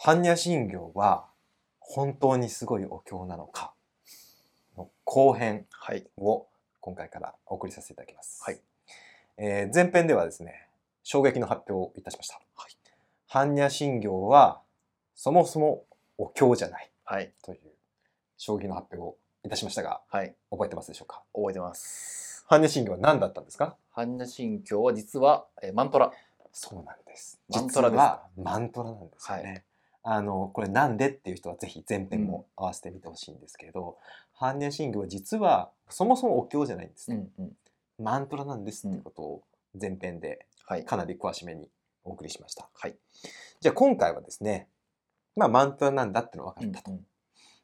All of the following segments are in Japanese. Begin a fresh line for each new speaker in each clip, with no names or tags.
般若心経は本当にすごいお経なのかの後編
はい。
を今回からお送りさせていただきます。
はい
えー前編ではですね衝撃の発表をいたしました。
はい
般若心経はそもそもお経じゃない
はい。
という衝撃の発表をいたしましたが
はい。
覚えてますでしょうか
覚えてます。
般若心経は何だったんですか
般若心経は実は、えーマントラ。
そうなんです。
マントラです
実はマントラなんですよ
は
ね。あのこれなんでっていう人はぜひ前編も合わせてみてほしいんですけれど、般若心経は実はそもそもお経じゃないんですね、
んうん。
マントラなんですっていうことを前編で
はい。
かなり詳しめにお送りしました。
はい。
じゃあ今回はですね、まあマントラなんだってのが分かったと。
うんうん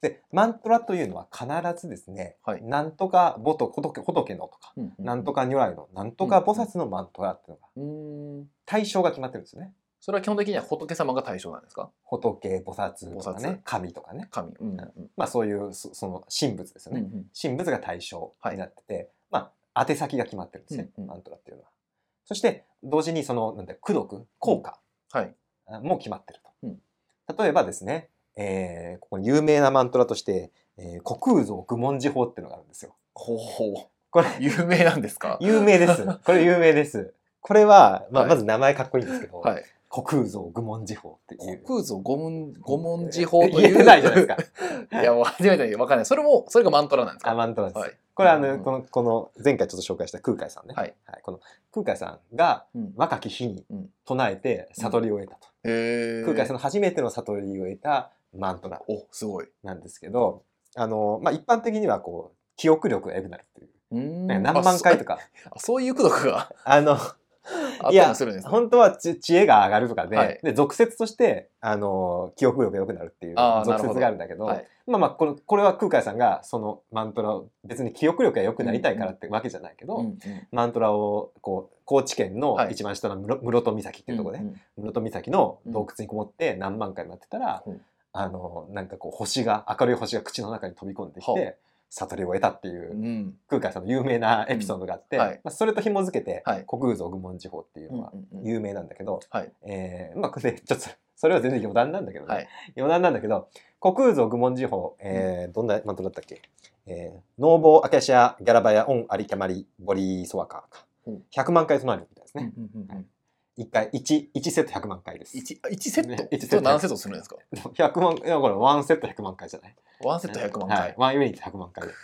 でマントラというのは必ずですね、
はい
なんとか仏仏仏のとか、
うんうん
なんとか如来のなんとか菩薩のマントラっていうのが
うーん。
対象が決まってるんですよね。
それは基本的には仏様が対象なんですか
仏菩薩とか
菩
ね
薩
神とかね
神。うんうんうん。
まあそういうそその神仏ですよ
うんう
ね、
ん
神仏が対象
はい
になってて、まあ宛先が決まってるんですね、
うんうん
マントラっていうのはそして同時にそのなんて功徳効果
はい。
あも決まってると、
うん
例えばですね、えーここに有名なマントラとして「えー、虚空蔵愚問寺法」っていうのがあるんですよ
ほうほ
これ
う。有名なんですか
有名 ですこれ有名ですこれは、まあ、
はい
まず名前かっこいいんですけど「
はい。
虚空蔵愚問寺法」ってい
虚
う
空蔵五文、五文字法という。
言えてないじゃないですか。
いや、もう初めてわかんない。それも、それがマントラなんです
あ
か
マントラです、
はい。
これあ
うん
の、
うん
この、この前回ちょっと紹介した空海さんね。
はい。
この空海さんが
うん
若き日に
うん
唱えて悟りを得たと。
へー
空海さんの初めての悟りを得たマントラ
お、すごい。
なんですけど、あの、まあ、一般的にはこう、記憶力が良くなるっていう。
うーん
なんか何万回と
か。
か。
あそういう功徳が
あの、 い
あったり
や
するんですね
本当は知知恵が上がるとかで、
はい
で、俗説として、あの、記憶力が良くなるっていう
あーなる
俗
ほど
説があるんだけど、
はい
まあまあ、この、これは空海さんがそのマントラを別に記憶力が良くなりたいからってわけじゃないけど、
うんうん
マントラをこう高知県の
はい
一番下の室室戸岬っていうところで、
んん
室戸岬の洞窟にこもって何万回もやってたら、
うん
あのなんかこう星が明るい星が口の中に飛び込んでき
は
て悟りを得たっていううん空海さんの有名なエピソードがあって、
うんはい
まあ、それと紐付けて「
はい
国空蔵愚問地法」っていう
うん
の
う
は
んうん
有名なんだけど、
はい
えーまあこれねちょっとそれは全然余談なんだけどね、
はい
余談なんだけど「国空蔵愚問地法」えーどんなマントラだったっけ「えー、ノーボーアケシアギャラバヤオンアリキャマリボリーソワカ」か
うん
100万回唱えるみたいです
うん
ね、
うんうんうん
一回一一セット100万回です
一一セット
ね
一
一
セ
セッ
ット
ト
何セットするんですか
100万いやこれワンセット100万回じゃない
ワンセット100万
はい
回、
ワンユニット100万回で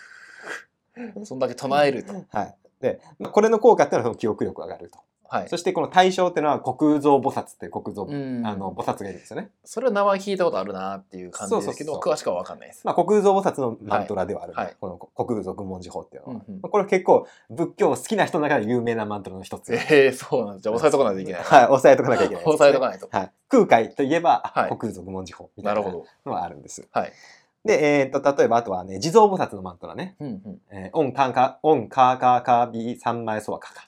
そんだけ唱えると
はいで、まあ、これの効果っていうのはその記憶力が上がると、
はい
そしてこの対象っていうのは虚空蔵菩薩っていう虚空
う
蔵、
ん
あの菩薩がいるんですよね、
それは名前聞いたことあるなっていう感じですけど
そうそうそ
詳しくは分かんないです
まあ、虚空蔵菩薩のマントラではあるんで、
はいはい
この虚空蔵愚問寺法っていうのは、
うんうん
まあこれ結構仏教好きな人の中で有名なマントラの一つ、
えー、そうなんですじゃあ押さえとかないといけな い
はい押さえとかなきゃいけないですね、
押さえとかないと
はい、空海といえば、
はい
虚空蔵愚問寺法みた
ないる
な
ほど
のはあるんです
はい、
で、えー、と例えばあとはね地蔵菩薩のマントラね
うんうん、
えー、オンカンカ、オンカーカーカービー三枚そばかか。
うん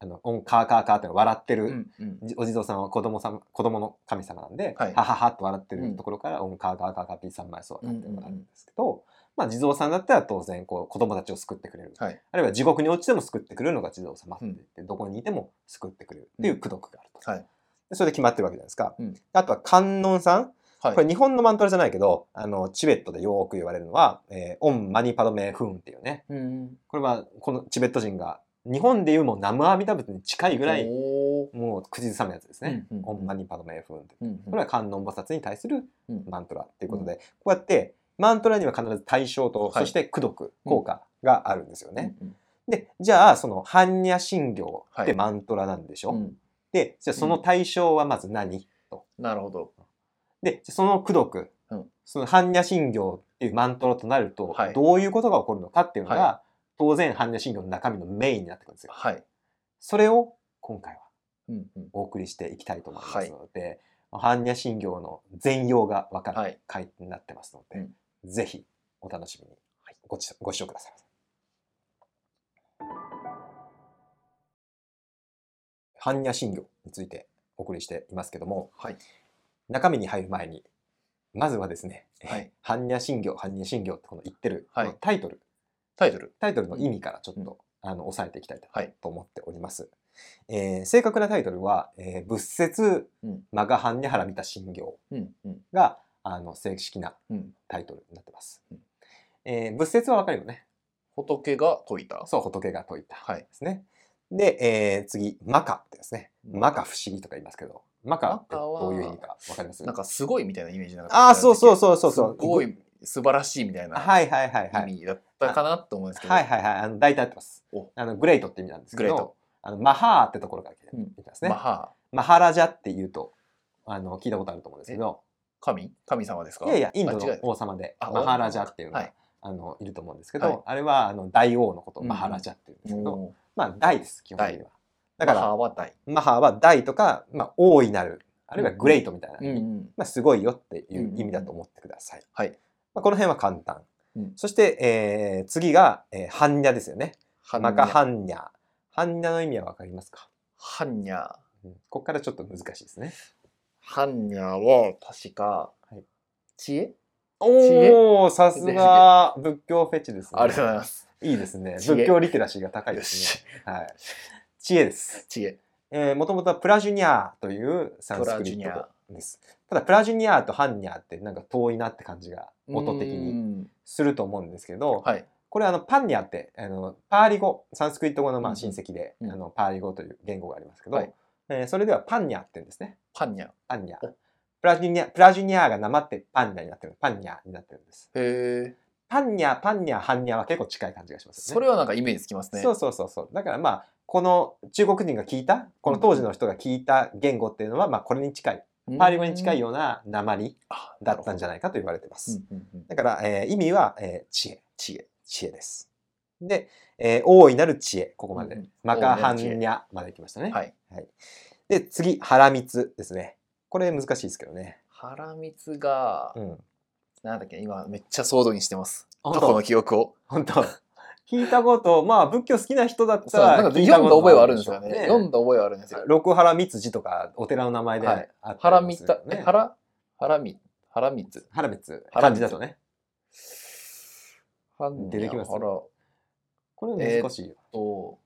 あの、オンカーカーカーって笑って
う
る、
んうん
じお地蔵さんは子供さん、子供の神様なんで、
は
はいははって笑って
うん
るところから、オンカーカーカーカービー三枚そばかっていうのがあるんですけど、まあ地蔵さんだったら当然、こう、子供たちを救ってくれる。
はい
あるいは地獄に落ちても救ってくれるのが地蔵様って言って、どこにいても救ってくれるっていう功徳があると。
はい
でそれで決まってるわけじゃないですか。
うん
あとは観音さん。
はい
これ日本のマントラじゃないけど、あの、チベットでよーく言われるのは、えーオンマニパドメフーンっていうね、
うん
これはこのチベット人が日本でいうもう南無阿弥陀仏に近いぐらい
おー
もう口ずさむやつですね。
うんうんうん
オンマニパドメーフンって。
うんうん
これは観音菩薩に対する
うん
マントラっていうことで、こうやってマントラには必ず対象と、
はい
そして功徳効果があるんですよね。
うん
でじゃあその般若心経っ
はい
てマントラなんでしょ、
うんうん
でじゃあその対象はまず何と。
なるほど
でじゃあその功徳、
うん
その般若心経っていうマントラとなると、
はい
どういうことが起こるのかっていうのが、
は
当然般若心経の中身のメインになってくるんですよ。
はい、
それを今回は
うんうん、
お送りしていきたいと思いますので、般若心経の全容がわか
は
る
い
回になってますので、
うん
ぜひお楽しみにごちご視聴ください。般若心経についてお送りしていますけども
はい
中身に入る前にまずはですね「
はい
般若心経般若心経」ってこの言ってる、
はい
このタイトル
タイトル
タイトルの意味からちょっと、
うん
あの押さえていきたいと
はい
と思っております。えー正確なタイトルは、えー仏説
うん
マガハンニャハラ見た心経
うんうん
があの正式な
うん
タイトルになってます
うん。
えー仏説はわかるよね。
仏が解いた
そう、仏が説いた。
はい
ですね。で、えー次、マカってですね。
うん
マカ不思議とか言いますけど、マカって
マカは
どういう意味かわかります
なんかすごいみたいなイメージなかった
ああ、そうそうそうそうそう。
すごい素晴らしいみたいな
はいはいはいはい。
意味だったかなと思うんですけど、
はいはいはい。あの大体合ってます
お。
あのグレートって意味なんですけ
グレー
ど
ト、、
あのマハーってところから来て
うん
みたいですね。
マハ
マハラジャっていうと、あの聞いたことあると思うんですけど、
神神様ですか
いやいや、インド
あ違
の
う
王様で、
あ
マハラジャっていうのが、
はい
あのいると思うんですけど、
はい
あれはあの大王のことを
うん
マハラジャっていうんですけど、
おー
まあ大です、基本的には。だか
マハ
ら、
は大、
マハは大とか、まあ大いなる、あるいはグレートみたいな、
うんうん、
まあすごいよっていう意味だと思ってください。
はい
まあ、この辺は簡単。
うん
そして、えー次が、えー、般若ですよね。マカハ
ハン
ンニャ。般若の意味はわかりますか、
ハンニャ
うんここからちょっと難しいですね。
ハンニャは確か、
はい
知恵
おおさすが仏教フェチですね。
ありがとうございます。
いいですね。
知恵
仏教リテラシーが高い
よ
ですね。
し、
はい。知恵です。
知恵。
えー、もともとはプラジュニャーというサンスクリッ
プラジュニ
ト語です。ただ、プラジュニャーとハンニャーってなんか遠いなって感じが音的
う
に
ん。
すると思うんですけど、
はい。
これあのパンニャーってあのパーリ語、サンスクリット語のまあ
うん
親戚で、
うん
あのパーリ語という言語がありますけど、
はい
えーそれではパンニャーって言うんですね。
ハンニャ。へ
パンニャー
お。
プラジュニャー、プラジュニャーがなまってパンニャーになってる。パンニャーになってるんです。
え。
パンニャー、パンニャー、ハンニャーは結構近い感じがしますよね。
それはなんかイメージつきますね。
そうそうそうそう。だからまあ、この中国人が聞いた、この当時の人が聞いた言語っていうのは、まあこれに近い、
うん
パーリ語に近いような鉛
あ
だったんじゃ
な
ないかと言われてます。
うんうんうん
だから、えー意味は、えー知恵、
知恵。
知恵です。で、えー大いなる知恵、ここまで。
うんうん
マカハンニ
大いなる知
ャまで行きましたね。
はい。
で、次、ハラミツですね。これ難しいですけどね。
ハラミツが
う、ん。
なんだっけ、今めっちゃ騒動にしてます。
本
過
当
去の記憶を。
本 当聞いたこと、まあ仏教好きな人だっ
そ
た
う、
ら
なんか
聞い
読んだ
こと
覚えはあるんです
で
よ
しょう
ね。読んだ覚えはあるんですよ。
六原密寺とかお寺の名前であ
は
っ
い
たり
ハラミ
するよ
タ、
ね
え、ハラ、ハラミ、ハラミツ。
原別
原
漢
光
字だとね
ハンニャ
出てきます
ハラ
これ難しいよ、
と、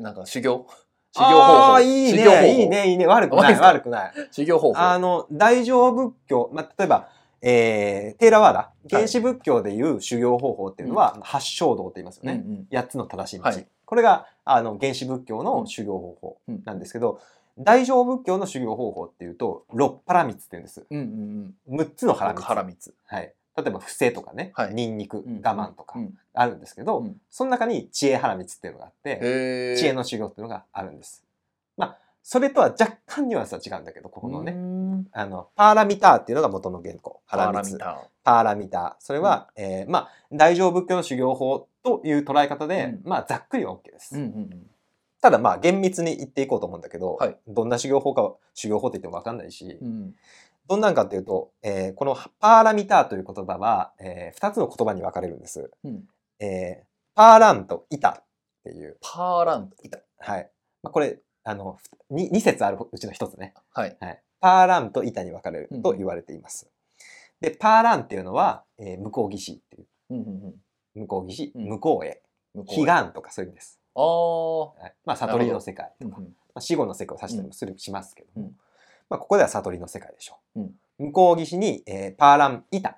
なんか修行修行方
あ
法。
あいい
修行方法
ねいい。ねいいね悪く
うま
ないい
っすか
悪くない
修行方法。
あの大乗仏教、まあ、例えば、えー、テーラワーダ原始仏教でいう修行方法っていうのは、八正道って言いますよ
うんう
ね、
ん。
八つの正しい道、
はい
これがあの原始仏教の修行方法
うん
なんですけど、大乗仏教の修行方法っていうと六波羅蜜って言うんです
うんうんうん。
六つの波羅蜜、
ハラミツ。
はい、例えば不正とかね、
はい
ニンニク
うん
我慢とか
うん
あるんですけど、
うん
その中に知恵原蜜っていうのがあって、
へえ。
知恵の修行っていうのがあるんです。まあ、それとは若干ニュアンスは違うんだけど、ここのね、
ね。
あの、パーラミターっていうのが元の原稿。
ハ
原
ラミ
蜜。
タ。
パーラミター。それは、えーまあ、大乗仏教の修行法という捉え方で、
うん
まあ、ざっくりは OK です。
うんうんうん。
ただ、まあ、厳密に言っていこうと思うんだけど、
はい
どんな修行法かは、修行法って言ってもわかんないし、
うん
どんなんかっていうと、えーこのパーラミターという言葉は、え2つの言葉に分かれるんです。
うん。
えーパーランとイタっていう、
パーランタ。
はい。まあ、これ、あの、2, 二節あるうちの1つね。
はい。
はい。パーランとイタに分かれると言われています。で、パーランっていうのは、えー向こう岸っていう、
うんうんうん
向こう岸、
うん
向こうへ、
向こうへ。
彼岸とかそういう意味です。
あー
はい、まあ、悟りの世界
う
と
ん
か、
うん。
まあ、死後の世界を指したりもする、しますけども、
うん
まあ、ここでは悟りの世界でしょう。
うん
向こう岸に、えーパーラン板。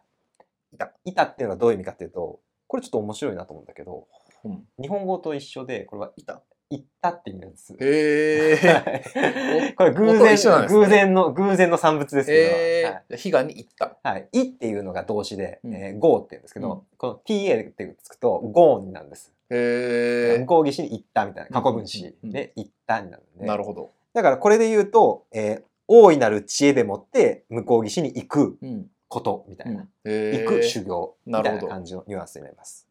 板。
板っていうのはどういう意味かっていうと、これちょっと面白いなと思うんだけど、
うん
日本語と一緒で、これは
板。
板って意味なんです。
へえ。
はいこれ偶
元
然、
一緒なんですね
偶然の、偶然の産物 です
え
け
え
ど、はい
ー。悲願に行った。
はい。いっていうのが動詞で、
うん
えー、go って言うんですけど、
うん
この ta ってつくと go になるんです。
へ
向こう岸に行ったみたいな過去分詞
うん
で行ったになるん
え。
で。
なるほど。
だからこれで言うと、えー大いなる知恵でもって向こう岸に行く
うん。
ことみたいな。
へえ。
行く修行みたい
なる
な
ほど
感じのニュアンスになります。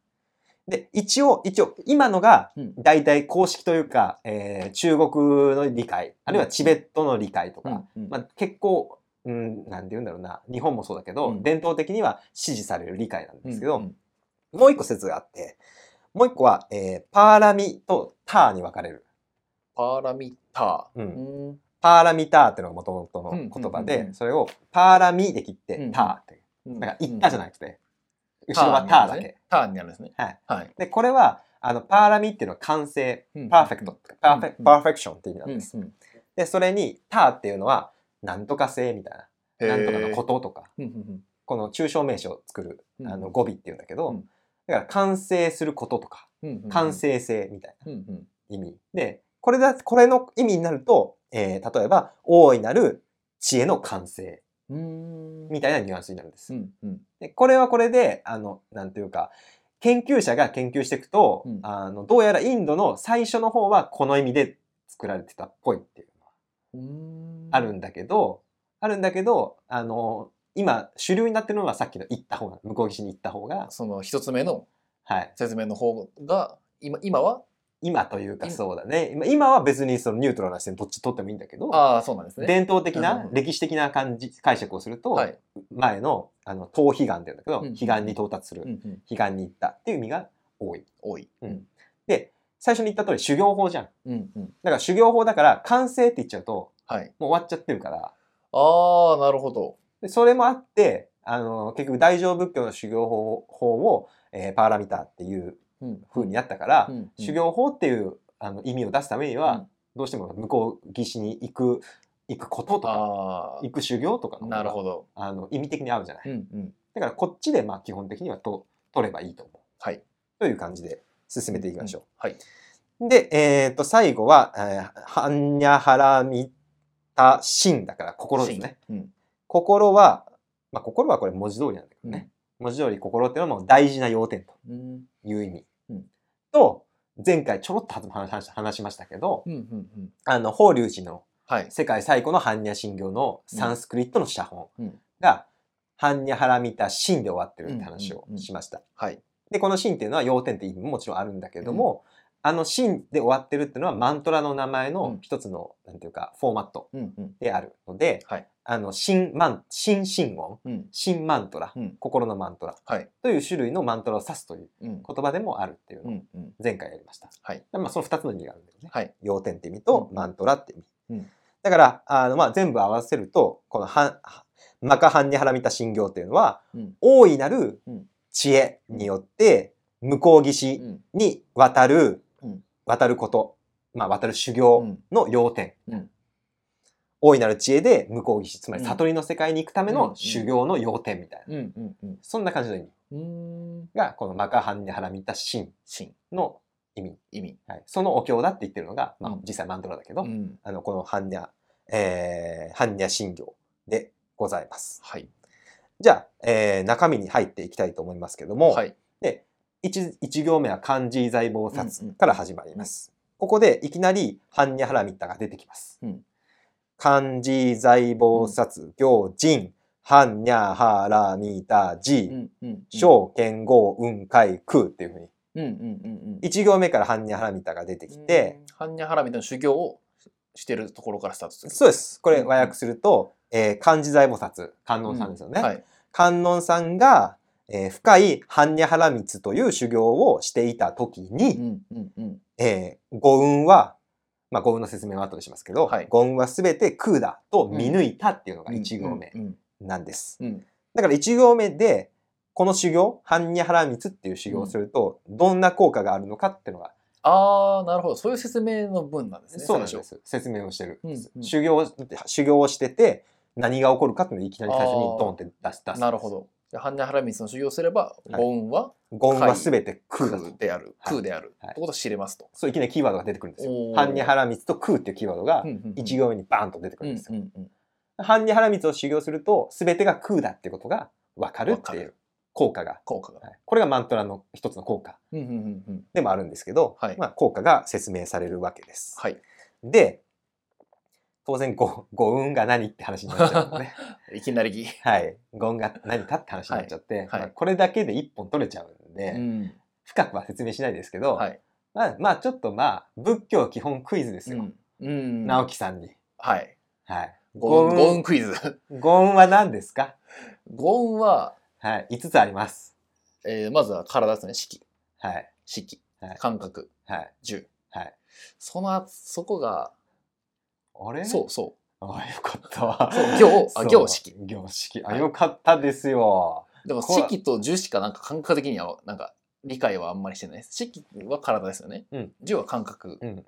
で、一応、一応、今のが
うん、
大体公式というか、えー中国の理解、あるいはチベットの理解とか、
うん
まあ、結構、うん、なんて言うんだろうな、日本もそうだけど、
うん
伝統的には支持される理解なんですけど、
うん
もう一個説があって、もう一個は、えーパーラミとターに分かれる。
パーラミタ
うん
ー。うん
パーラミターっていうのが元々の言葉
うんうんうんう
で、
ん
それをパーラミで切っ
うんう
て
ん
ターって。
うん
だから、行ったじゃ
ない。
なくて、後ろはターだけ。
ターンになるんですね。
はい。
はい。
で、これは、あの、パーラミっていうのは完成、パーフェクトとか、パーフェ,、
うん
パーフェクションっていう意味
う
なんん
う
です。
ん。
で、それに、ターっていうのは、なんとか性みたい
へー
な、なんとかのこととか、
うんうん
この抽象名詞を作る
うん
あの語尾っていうんだけど、
うん
だから完成することとか、
うんうん
完。成性みたい
うんうん。
な意味。で、これだ、これの意味になると、えー例えば、大いなる知恵の完成
うーん。
みたいなニュアンスになるんです。
うんうん。
でこれはこれで、あの、なんていうか、研究者が研究していくと、
うん
あの、どうやらインドの最初の方はこの意味で作られてたっぽいっていうのは
うーん
ある。んだけど、あるんだけど、あの、今、主流になってるのはさっきの行った方が、向こう岸に行った方が、
その一つ目の
はい。
説明の方が、今、今は
今というか
今
そうだね。今今は別にそのニュートラルな視点どっち取ってもいいんだけど、
ああ、そうなんですね。
伝統的
うんうん
な
うん
歴史的な感じ、解釈をすると、
はい。
前の、あの、東彼岸って言うんだけど、
うん
彼岸に到達する、
うんうん。
彼岸に行ったっていう意味が多い。
多い。
うんで、最初に言った通り修行法じゃん。だ
うんうん。
から修行法だから完成って言っちゃうと
はい。
もう終わっちゃってるから、
ああ、なるほど。
でそれもあって、あの、結局大乗仏教の修行法法を、えーパーラミターっていう
うん。
風になったから、
うんうん
修行法っていうあの意味を出すためには、
うん
どうしても向こう岸に行く、行くこととか、
あ
行く修行とか
あ、
の
なるほど。
あの意味的に合うじゃない。
うんうん。
だからこっちでまあ基本的にはと取ればいいと思う。
はい。
という感じで進めていきましょう。
はい。
で、えっ、と、最後は、えーはんにゃはらみたしんだから、心ですね。
うん。
心は、まあ、心はこれ文字通りなんだけどね。文字通り心っていうのはもう大事な要点と
うん。
いう意味。
うん
と、前回ちょろっと話話話しましたけど、
うんうんうん。
あの、法隆寺の
はい。
世界最古の般若心経のサンスクリットの写本
うん
が、般若はらみたしんで終わってるって話を
うんうんうん
しました。
はい。
で、このシンっていうのは要点って意味ももちろんあるんだけども、あのシンで終わってるっていうのはマントラの名前の一つの、なんていうか、フォーマット
うんうん。
であるので、
はい
あの、シンマン、シンシン音、
うん。
シンマントラ、
うん
心のマントラ
はい。
という種類のマントラを指すという
う
言
ん。
葉でもあるっていう
う
のを
んうん。
前回やりました。
はい
でまあ、その二つの意味があるんだよね。
はい。
要点って意味と、
うん
マントラって意味。
うん
だから、あの、まあ、全部合わせると、このはん、マカハンにハラミタ信行っていうのは、
うん。
大いなる
うん
知恵によって、向こう岸
うん。
に渡る、
うん
渡ること、まあ、渡る修行の要点。
うん
大いなる知恵で向こう岸、つまり
うん
悟りの世界に行くため
う
の
ん
修行の要点みたいな。
うんうんうん。
そんな感じの意味
うん。
が、このマカハンニハラミタシン
真。
の意味。
意味。
はい、そのお経だって言ってるのが、まあ
うん、
実際マントラだけ
う
ど、
ん。
あの、この般若、えー、般若心経でございます。
はい。
じゃあ、えー中身に入っていきたいと思いますけども、
はい。
で 1, 行目は漢字財宝
うんう
札
ん
から始まります。ここでいきなり般若ハラミッタが出てきます。
うん
漢字財宝札行人般若ハラミタ
う
字
んうん。
小剣豪雲海空っていうふうに
うんうんうんうん。
1行目から般若ハラミッタが出てきて、、
ハンニャハラミの修行をしてるところからスタートする。
そうですこれ和訳すると、えー漢字財宝札観音さんですよね。
はい。
観音さんが、えー深い般若ハラミツという修行をしていた時に、
うんうんうん。
えー、五運は、まあ、五運の説明は後でしますけど、
はい
五運はすべて空だと見抜いたっていうのが1行目
うん
なんです。
うん。
だから1行目で、この修行、般若波羅蜜っていう修行をすると、どんな効果があるのかっていうのが、
ああ、なるほど。そういう説明の文なんですね。
そうなんです。説明をしてる、
うんうん
修行。修行をしてて、何が起こるかっていうのをいきなり最初にドンって出す。出す
なるほ。ど。じゃあ、ハンニャハラミの修行をすれ
は
ば、
い
五運は
五運はすべて空だ
空
と。
である。
はい
空である。
はい
ってことを知れますと。
そう、いきなりキーワードが出てくるんですよ。
おー
般若波羅蜜と空っていうキーワードが、1行
行
目にバーンと出てく
う
るん
ん
ですよ
う。んうん。
般若波羅蜜を修行すると全てが空だってことが分かるってい
わか
う効果が、
効果が。
はいこれがマントラの一つの効果
うんうんうんうん。
でもあるんですけど、
はい
まあ、効果が説明されるわけです。
はい。
で当然ごご運が何って話になっちゃうのね。
いきなりぎ。
はい、ご運が何かって話になっちゃって、
はい
まあこれだけで一本取れちゃうんで、
うん。
深くは説明しないですけど、
はい。
まあ、まあちょっとまあ仏教基本クイズですよ、
うん。
直樹さんに。
はい。
はい、
五
ご
運五運
運
クイズ。
ご運は何ですか、
五運は、
はい、5つあります。
えーまずは体ですね。四季。
はい
四季
はい。
感覚。
はい
十。
はい。
その後、そこが、
あれ
そうそ
あよかったわ。
そう行あ
そう
行式。
行式。
は
あ、
い
よかったですよ。
う。でも、
こわ
四季と十しかなんか感覚的には、なんか、理解はあんまりしてないです。式は体ですよね。
うん
十は感覚。
うん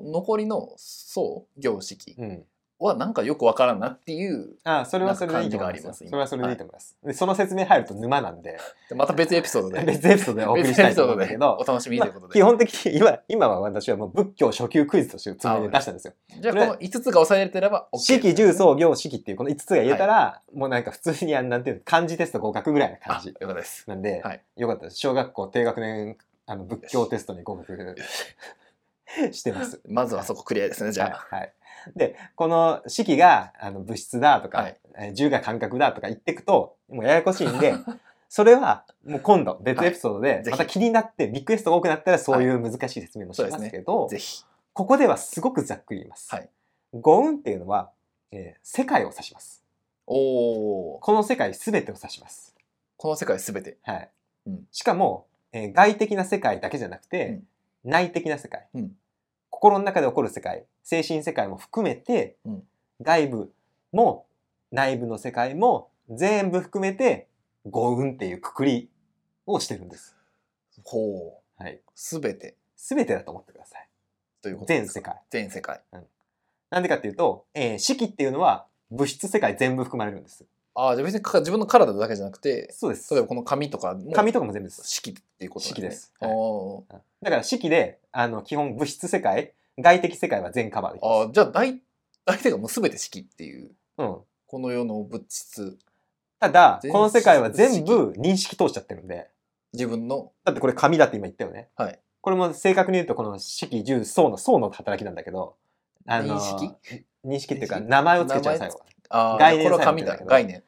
残りの層、行式
うん。
はなんかよくわからんなっていう、
あ、それはそれでいいと思い
なんか感じがあり
ま。
ますす
それはそれでいいと思います。でその説明入ると沼なんで、
でまた別エピソードで。
別エピソードでお送りしたいと思うんだけ
別エピソード
ど
で、お楽しみにということ
まあ
で。
基本的に今、今は私はもう仏教初級クイズとしてつもりで出したんですよ。
じゃあこの5つが抑えられてれば OK。
四季、重層、行、四季っていうこの5つが言えたら、もうなんか普通にあのなんていうの漢字テスト合格ぐらいな感
あ、
じ
よ。かったです。
なんで、
はい
よかったです。小学校低学年あの仏教テストに合 格してます。
まずはそこクリアですね、じゃあ。
はい。はいで、この式があの物質だとか、
はい
えー銃が感覚だとか言ってくと、もうややこしいん で、それはもう今度別エピソードで
い、ぜひ
また気になってリクエストが多くなったらそういう難しい説明もし
そ
ま
うですす
けど、
ぜひ。
ここではすごくざっくり言います。
はい
五運っていうのは、えー世界を指します。
おー、
この世界すべてを指します。
この世界すべて。
はい。
うん
しかも、えー外的な世界だけじゃなくて、内的な世界、
うん
心の中で起こる世界、精神世界も含めて、
うん
外部も内部の世界も全部含めて、五運っていうくくりをしてるんです。
ほう、
はい。
すべて
すべてだと思ってください。
ということで
全
すか
世界。
全世界。
なんでかっていうと、えー、四季っていうのは物質世界全部含まれるんです。
ああ、じゃあ別にか自分の体だけじゃなくて、
そうです。
例えばこの紙とかも、
紙とかも全部です。
式っていうこと
式です
あ
はい
ー
だから式で、あの、基本物質世界、外的世界は全カバーできま
あ
す。
ー、じゃあ大、大体がもうすべて式っていう、
うん。
この世の物質、
ただ、
全
この世界は全部認識通しちゃってるんで、
自分の、
だってこれ紙だって今言ったよね。
はい
これも正確に言うと、この式、十、層の層の働きなんだけど、あの
認識
認識っていうか、
認識
名前をつけちゃう
名
最
前
後は。
ああ、
概念
これは紙
さ
だ、
れてるんだけど
概念。
はい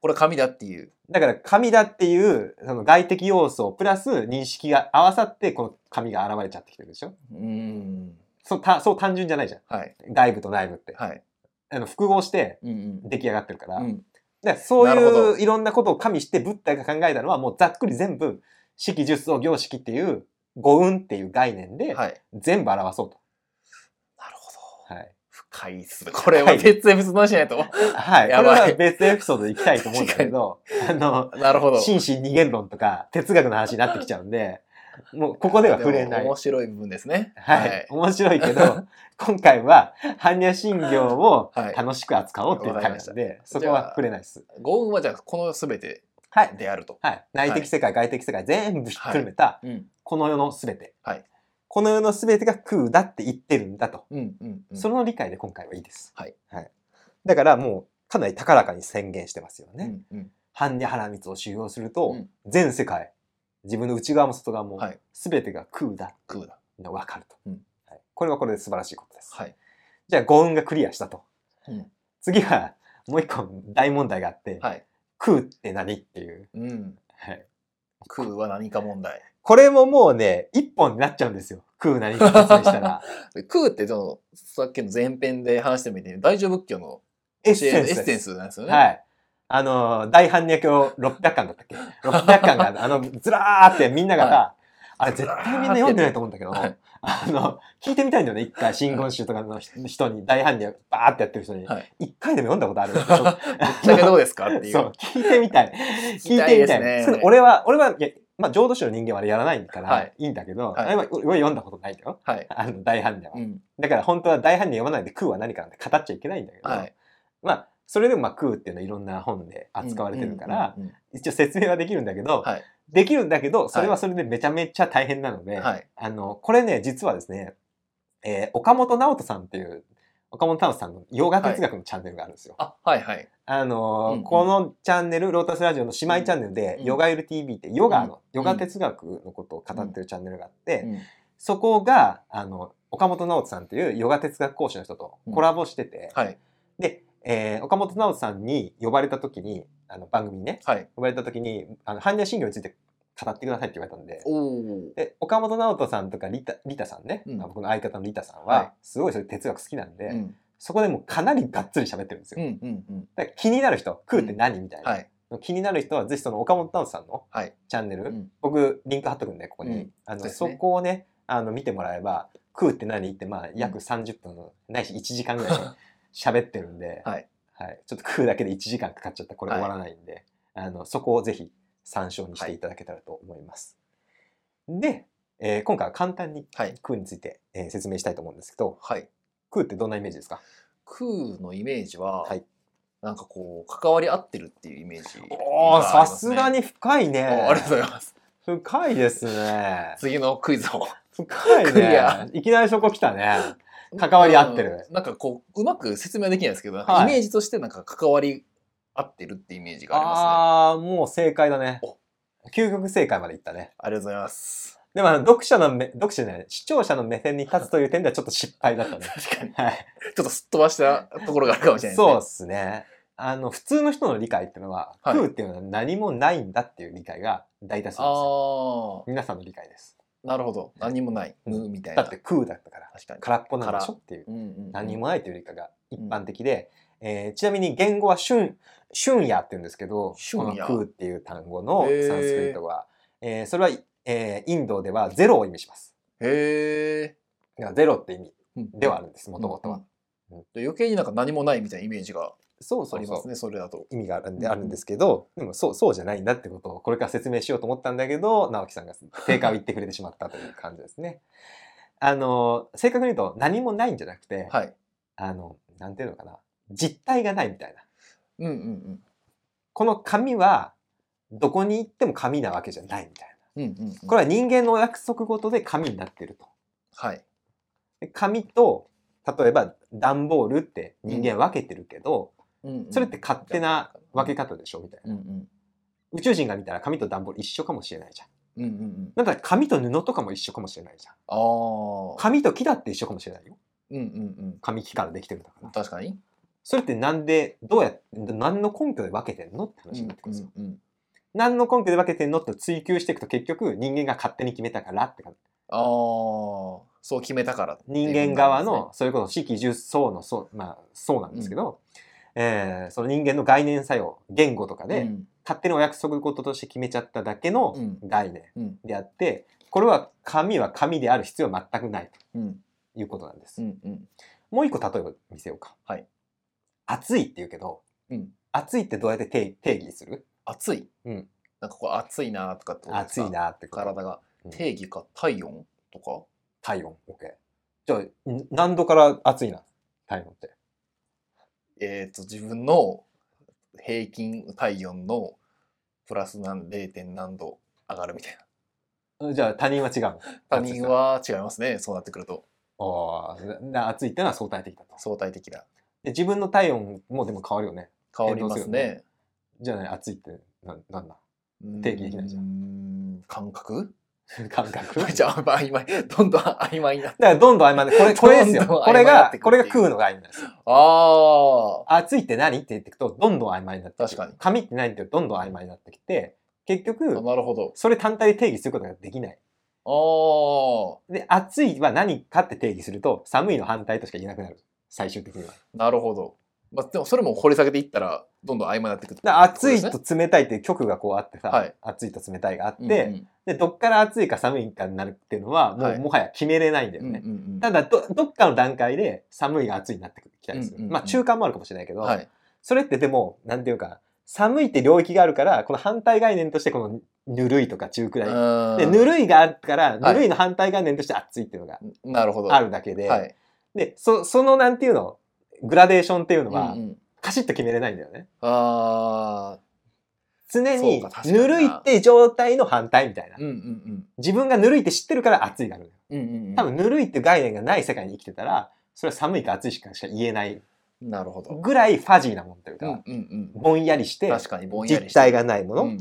これは紙だっていう。
だから、紙だっていう、その外的要素、プラス認識が合わさって、この紙が現れちゃってきてるでしょ
うーん。
そう、た、そう単純じゃないじゃん。
はい。
外部と内部って。
はい。
あの、複合して
うん
出来上がってるから、
うん。うん。
だからそう
なるほ
いう
ど
いろんなことを加味してブッダが考えたのはもうざっくり全部式術層行式っていう五運っていう概念で
はい。
全部表そうと。
なるほど。
はい。
深いっすね。これは別々の話しないと。
はい。こ
や
れ
ばい
は別エピソードでいきたいと思うんだけど、あの、
なるほど。
心身二元論とか哲学の話になってきちゃうんで、もうここでは触れな
で
い
も。面白い部分ですね。
はい。。面白いけ ど、今回は般若心経を
はい
楽しく扱おうっていう
わか
回
りまし
な
た
んで、そこは触れないです。
幸運はじゃあ、この全て
はい。
であると。
はい。内的世界、外的世界全部ひっくるめた
うん。
この世のすべて。
はい
この世のすべてが空だって言ってるんだと。
うん。うん。うん
その理解で今回はいいです。
はい。
だからもう、かなり高らかに宣言してますよ
う
ね。
ん。うん。
般若波羅蜜を修行すると、
うん
全世界、自分の内側も外側も
はい、
すべてが空だ
空だ。
の分かると、
うん
はい。これはこれで素晴らしいことです。
はい。
じゃあ、五運がクリアしたと。
うん
次は、もう一個大問題があって、
はい。
空って何っていう。
うん。
はい
空は何か問題。
これももうね、一本になっちゃうんですよ。空何か説明した ら。
で空って、その、さっきの前編で話してみて、大乗仏教の
エッ
教え
センス
エ
です。
ッセンスなんですよね。
はい。あのー、大般若経600巻だったっけ ?600 巻 が、あの、ずらーってみんながさ、あれ絶対みんな読んでないと思うんだけど、
はい
あの、聞いてみたいんだよね、一回、真言宗とかの人に、大般若バーってやってる人に、一、
はい
回でも読んだこと ある
ぶっちゃけどうですかっていう。
そう、聞いてみたい。聞い
聞きた
てみ
です
たい。
ね
それ俺は、俺は、いや、まあ、浄土宗の人間はあれやらないから、
はいい、
いんだけど、
はい
あれは俺は読んだことないんだよ。
はい。
あの、大般若は。
うん。
だから本当は大般若読まないで空は何かなんて語っちゃいけないんだけど、
はい。
まあ、それでもまあ空っていうのはいろんな本で扱われてるから、
うん。うんうん
一応説明はできるんだけど、
はい
できるんだけど、それはそれでめちゃめちゃ大変なので、
はい。
あの、これね、実はですね、えー岡本直人さんっていう、岡本直人さんの洋画哲学のチャンネルがあるんですよ。
あ、はいはい。
あのー
うんうん
このチャンネル、ロータスラジオの姉妹チャンネルで、
うん
ヨガゆる TV ってヨガの、
うん
ヨガ哲学のことを語ってるチャンネルがあって、
うん
そこが、あの、岡本直人さんっていうヨガ哲学講師の人とコラボしてて、
はい。
で、えー岡本直人さんに呼ばれた時に、あの番組にね、
はい。
呼ばれた時に、あの、般若心経について語ってくださいって言われたんで、
おー。
で、岡本直人さんとかリタ、リタさんね、
うん
まあ僕の相方のリタさん
はい
は、すごいそれ哲学好きなんで、
うん。
そこでもうかなりがっつり喋ってるんです
う
よ。
んうんうん。
だから気になる人、食うって何みたいな。
はい。
気になる人は、ぜひその岡本直人さんの
はい
チャンネル、
ん
僕、リンク貼っとくんで、ここに。
うん
あの、
そうです
そ
ね
こをね、あの、見てもらえば、食うって何って、まあ、約30分、ないし1時間ぐ らい喋ってるんで、
はい
はいちょっと食うだけで1時間かかっちゃったらこれ終わらないんで、あのそこをぜひ参照にしていただけたらと思います。で、えー今回は簡単に
はい。
空について、えー説明したいと思うんですけど、
はい。
空ってどんなイメージですか
空のイメージは、
はい
なんかこう、関わり合ってるっていうイメージ、
おー、さすが
に、
に深いね。
おありがとうございます。
深いです ね。
次のクイズを。
深い
クリア
ね。いきなりそこ来たね。関わり合ってる
うんなんかこう、うまく説明はできないですけど、なん
は
か
い
イメージとしてなんか関わり合ってるってイメージがありますね。あ
ああー、もう正解だね
お。
究極正解までいったね。
りがとうございます。
でもあの、読者の目、読者じゃない、視聴者の目線に立つという点ではちょっと失敗だった ね。
確かに。ち
はい。
ょっとすっ飛ばしたところがあるかもしれないですね。
そうですね。あの、普通の人の理解っていうのは、
はい
空っていうのは何もないんだっていう理解が大多数ですよ。
あ
皆さんの理解です。
あ、なるほど。何もない。
うん
無みたい
だ
な。
って空だったから、
確かに。
空っぽなんでしょっていう、
うんうんうん
何もないという理解が一般的で、えーちなみに言語は春、春夜っていうんですけど、こ
春
の
夜
空っていう単語のサン
へー
スクリットは、えーそれは、えーインドではゼロを意味します。
へ
だからゼロって意味
え。
ではあるんです、もともとは。
うん。で余計になんか何もないみたいなイメージが
そうそ
あ
う
り
そ
ま
う
す。ね、それだと。
意味があるん
う
で
ん
あるんですけど、でもそうそうじゃないんだってことをこれから説明しようと思ったんだけど直樹さんが正解を言ってくれてしまったという感じですね。あの正確に言うと何もないんじゃなくて、
はい。
あのなんていうのかな実体がないみたいな
うんうんうん。
この紙はどこに行っても紙なわけじゃないみたい
うんうんうん
なこれは人間のお約束事で紙になっていると。
はい。
で紙と例えば段ボールって人間分けてるけど、
うんうん
それって勝手な分け方でしょみたいな。
うんうん
宇宙人が見たら紙と段ボール一緒かもしれないじゃん。
うんうんうん。
なんだったら紙と布とかも一緒かもしれないじゃん。
ああ。うん
紙と木だって一緒かもしれないよ。
うんうん。
紙木からできてるんだから。
確かに。
それってなんで、どうやって、何の根拠で分けてんのって話になってくるんですよ。
うんうんうん
何の根拠で分けてんのって追求していくと結局人間が勝手に決めたからって感じ。
ああ。そう決めたからってい
人
う
間側の、それこそ四季十層の層、まあ層なんですけど、えーその人間の概念作用、言語とかで、
うん
勝手にお約束事として決めちゃっただけの
うん
概念
うん
であって、これは紙は紙である必要は全くない
うん
ということなんです
う。んうん
もう一個例えば見せようか。
はい。
暑いって言うけど、
うん。
暑いってどうやって定定義する
暑い。
うん。
なんかこう暑いなとかってことです
暑
か
い。なってこと
体が
うん
定義か体温とか
体温。OK。じゃあ、ん何度から暑いな体温って。
えっ、と、自分の平均体温のプラス何 0. 何度上がるみたい
じゃあ他人は違うの
な。他人は違いますね。そうなってくると。
あーな暑いってのは相対的だと。
相対的だ。
で自分の体温もでも変わるよね。
変わりますね。
じゃあ、ね、暑いってななんだ
うん
定義できないじゃん
うーん。感 覚
感覚
じゃあ、曖昧。どんどん曖昧になって。
だからどんどん曖昧で、これ、これですよ。
どんどん曖昧
これ
にな
が
って、く
こ
っ
れ
ていう
が空の概念です。
ああ。
暑いって何って言ってくと、どんどん曖昧になってくる
確かに
紙って何ってどんどん曖昧になってきて、結 局、
なるほど。
それ単体で定義することができない。
あ
で、暑いは何かって定義すると、寒いの反対としか言えなくなる。最終的には。だか
あ。なるほど。まあ、でもそれも掘り下げていったら、どんどん曖昧になってくる。
ら暑い
そうで
と冷たいっていう曲がこうあってさ、
はい
暑いと冷たいがあって、
うん
で、どっから暑いか寒いかになるっていうのは、もう、
はい
もはや決めれないんだよ
うんうん
ね。
うん
ただど、どっかの段階で寒いが暑いになってきたりする。
うんうんうん
まあ、中間もあるかもしれないけ
う
ど、
ん。はい。
それってでも、なんていうか、寒いって領域があるから、この反対概念として、このぬるいとか中くらい。で、ぬ
い。
るいがあるから、
はい
ぬるいの反対概念として暑いっていうのが
なるほど。
あるだけで、
はい。
で、そ、そのなんていうの、グラデーションっていうのは
うん、うん
カシッと決めれないんだよね。
ああ、
常に
そうか、確かに
ぬ
な
るいって状態の反対みたいな
うん。うん
自分がぬるいって知ってるから暑いがある。
うん。うんうんうん
多分、ぬるいって概念がない世界に生きてたら、それは寒いか暑いしかしか言えない
なるほど。
ぐらいファジーなもんという
うん
か、
うんうん。
ぼんやりして、
確かにぼんやり
実
して
体
る
がないもの、
うん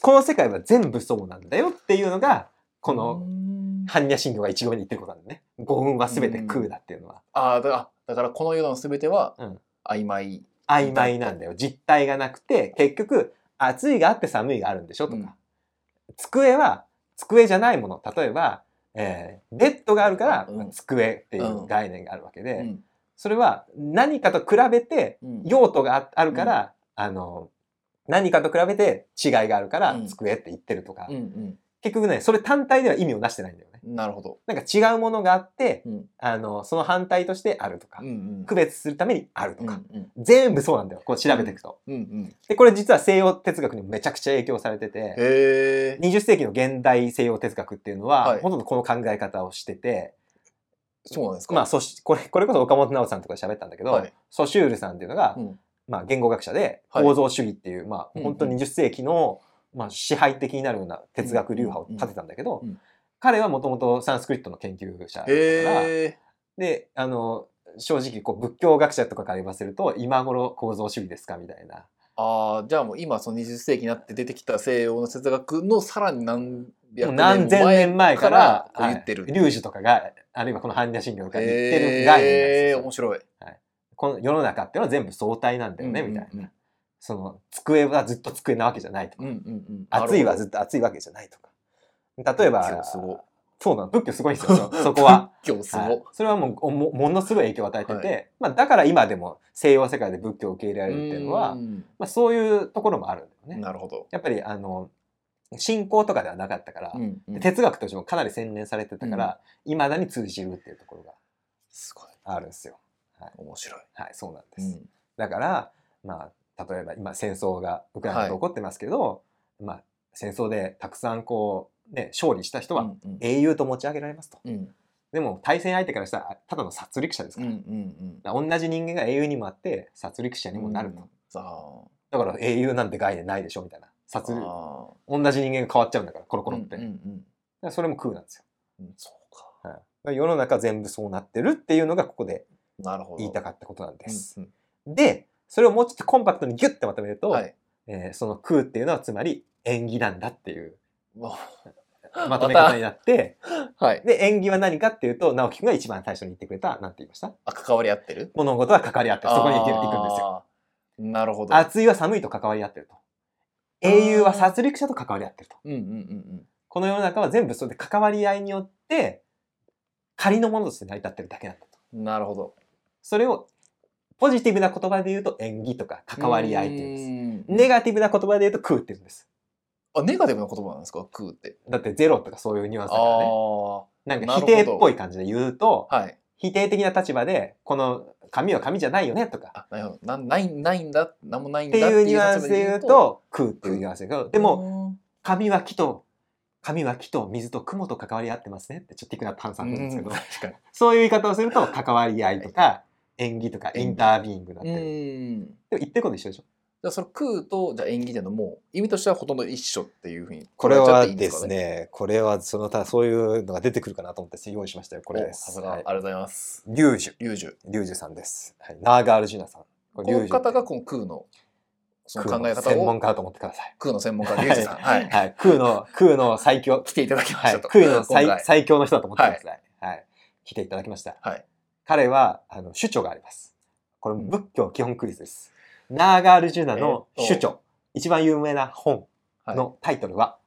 この世界は全部そうなんだよっていうのが、この、
うん
般若心経が一語に言ってることなんだね。五運は全て空だっていうのは。
あーだあだからこの世のすべては
うん
曖昧。
曖昧なんだよ。実体がなくて、結局、暑いがあって寒いがあるんでしょとか。
うん
机は、机じゃないもの。例えば、えーベッドがあるから
うん、
机っていう概念があるわけで、
うん
それは何かと比べて、
うん
用途がああるから、あの、何かと比べて違いがあるから
う、ん
机って言ってるとか、
うんうん
結局ね、それ単体では意味をなしてないんだよね。
なるほど。
なんか違うものがあって、
うん
あの、その反対としてあるとか、
うんうん。
区別するためにあるとか、
うん
全部そうなんだよ。こう調べていくと。
うん。うんうん。
で、これ実は西洋哲学にもめちゃくちゃ影響されてて、
へえ。
20世紀の現代西洋哲学っていうのは、
はい
ほとんどこの考え方をしてて、
そうなんですか。
まあ、そしこれこれこそ岡本直さんとかで喋ったんだけど、
はい
ソシュールさんっていうのが、
うん
まあ、言語学者で
はい
構造主義っていう、まあ、
うん
本当に20世紀の、まあ、支配的になるような哲学流派を立てたんだけど、
うんうん
彼はもともとサンスクリットの研究者だから
へえ。
であの正直こう仏教学者とかから言わせると今頃構造主義ですかみたいな。
ああ、じゃあもう今その20世紀になって出てきた西洋の哲学のさらに何百
もう何千年前から
こう言ってる。
はい、リュージュとかがあるいはこの般若心経とか言ってる概念なんです
へえ、
よ
面白い。
この世の中っていうのは全部相対なんだよね、みたい
うんうんう。
なんその机はずっと机なわけじゃないとか、
うんうんうん。
暑いは
ず
ずっと暑いわけじゃないとか。例えば
仏教すごい、
そうなの、仏教すごいんですよ、 そそこは。
今日す
は
ご
い。それはもうおもものすごい影響を与えてて、ま
は
あ、だから今でも西洋世界で仏教を受け入れられるっていうのは、
うん
まあ、そういうところもあるんだよね。
なるほど。
やっぱりあの信仰とかではなかったから、
うんうん
哲学としてもかなり洗練されてたから、いまだに通じるっていうところが
すごい。
あるんですよ。
面白い。
はい、そうなんで
う
す。
ん
だから、まあ、例えば今戦争がウクライナで起こってますけど、まあ、戦争でたくさんこう、ね、勝利した人
う
は
んうん
英雄と持ち上げられますと。
うん
でも対戦相手からしたらただの殺戮者です
うん
か
う
ら。
ん
だから同じ人間が英雄にもあって殺戮者
う
に
ん。
もなると、
うん。さあ。
だから英雄なんて概念ないでしょみたいな殺戮
ああ。
同じ人間が変わっちゃうんだからコロコロって、
うんう
だか
ん
らそれも空なんですよ、
うんうん。そうか。
はいだから世の中全部そうなってるっていうのがここで
なるほど。
言いた
っ
かったことなん
た
です、。でそれをもうちょっとコンパクトにギュッてまとめると、
はい。
えーその空っていうのはつまり縁起なんだって いう
わ
まとめ方になって、
はい。
で、縁起は何かっていうと、直樹くんが一番最初に言ってくれた、なんて言いました
あ、関わり合ってる
物事は関わり合ってる。そこに行ける行くんですよ。
よ。なるほど。
暑いは寒いと関わり合ってると。英雄は殺戮者と関わり合ってると。
うんうんうん
この世の中は全部それで関わり合いによって、仮のものとして成り立ってるだけなんだと。
うん。なるほど。
それを、ポジティブな言葉で言うと縁起とか関わり合いっていうんです。
です
ネガティブな言葉で言うと空って言うんです。
あ、ネガティブな言葉なんですか空って。
だってゼロとかそういうニュアンス
あ
だからね。
あ。は
なんか否定っぽい感じで言うと、
い。
否定的な立場で、この紙は紙じゃないよねとか、
あ、なるほど。なない、ないんだ。なんもないん
っ
だ
ていうニュアンスで言う、と、空って
て
い
いうう
ニュ
ニュ
ア
ア
ンスだけど、
立
で
場
も、、紙は木と、紙は木と水と雲と関わり合ってますねって、ちょっとティクナパンさんなんですけど、
確かに。
そういう言い方をすると、関わり合いとか、縁起とか、インタービーイングだったり。で
う
も
ん。じ
言ってること一緒でしょ
ゃあその空と、じゃあ演技じゃのもう、意味としてはほとんど一緒っていうふうに。ね。
ね、これは、その他、そういうのが出てくるかなと思って用意しましたよ、こ
これです。さすが、ありがとうございます。
リュージュ、
リュージュ。
リュージュさんです。はい、ナーガールジュナさん。こ
この方がこの空の、その考え方
専門
を、
家だと思ってください。
空の専門家、リュージ ュさん。はい。
はい。空の、空の最強。
来ていただきま
は
し
い
た。と。
空の
今
最
回
最強の人だと思ってください。はい。来ていただきました。
はい。
彼は、あの、主張があります。これ、仏教基本クイズです。ナーガールジュナの
えーっ
主
と
張。一番有名な本
はい
のタイトルは、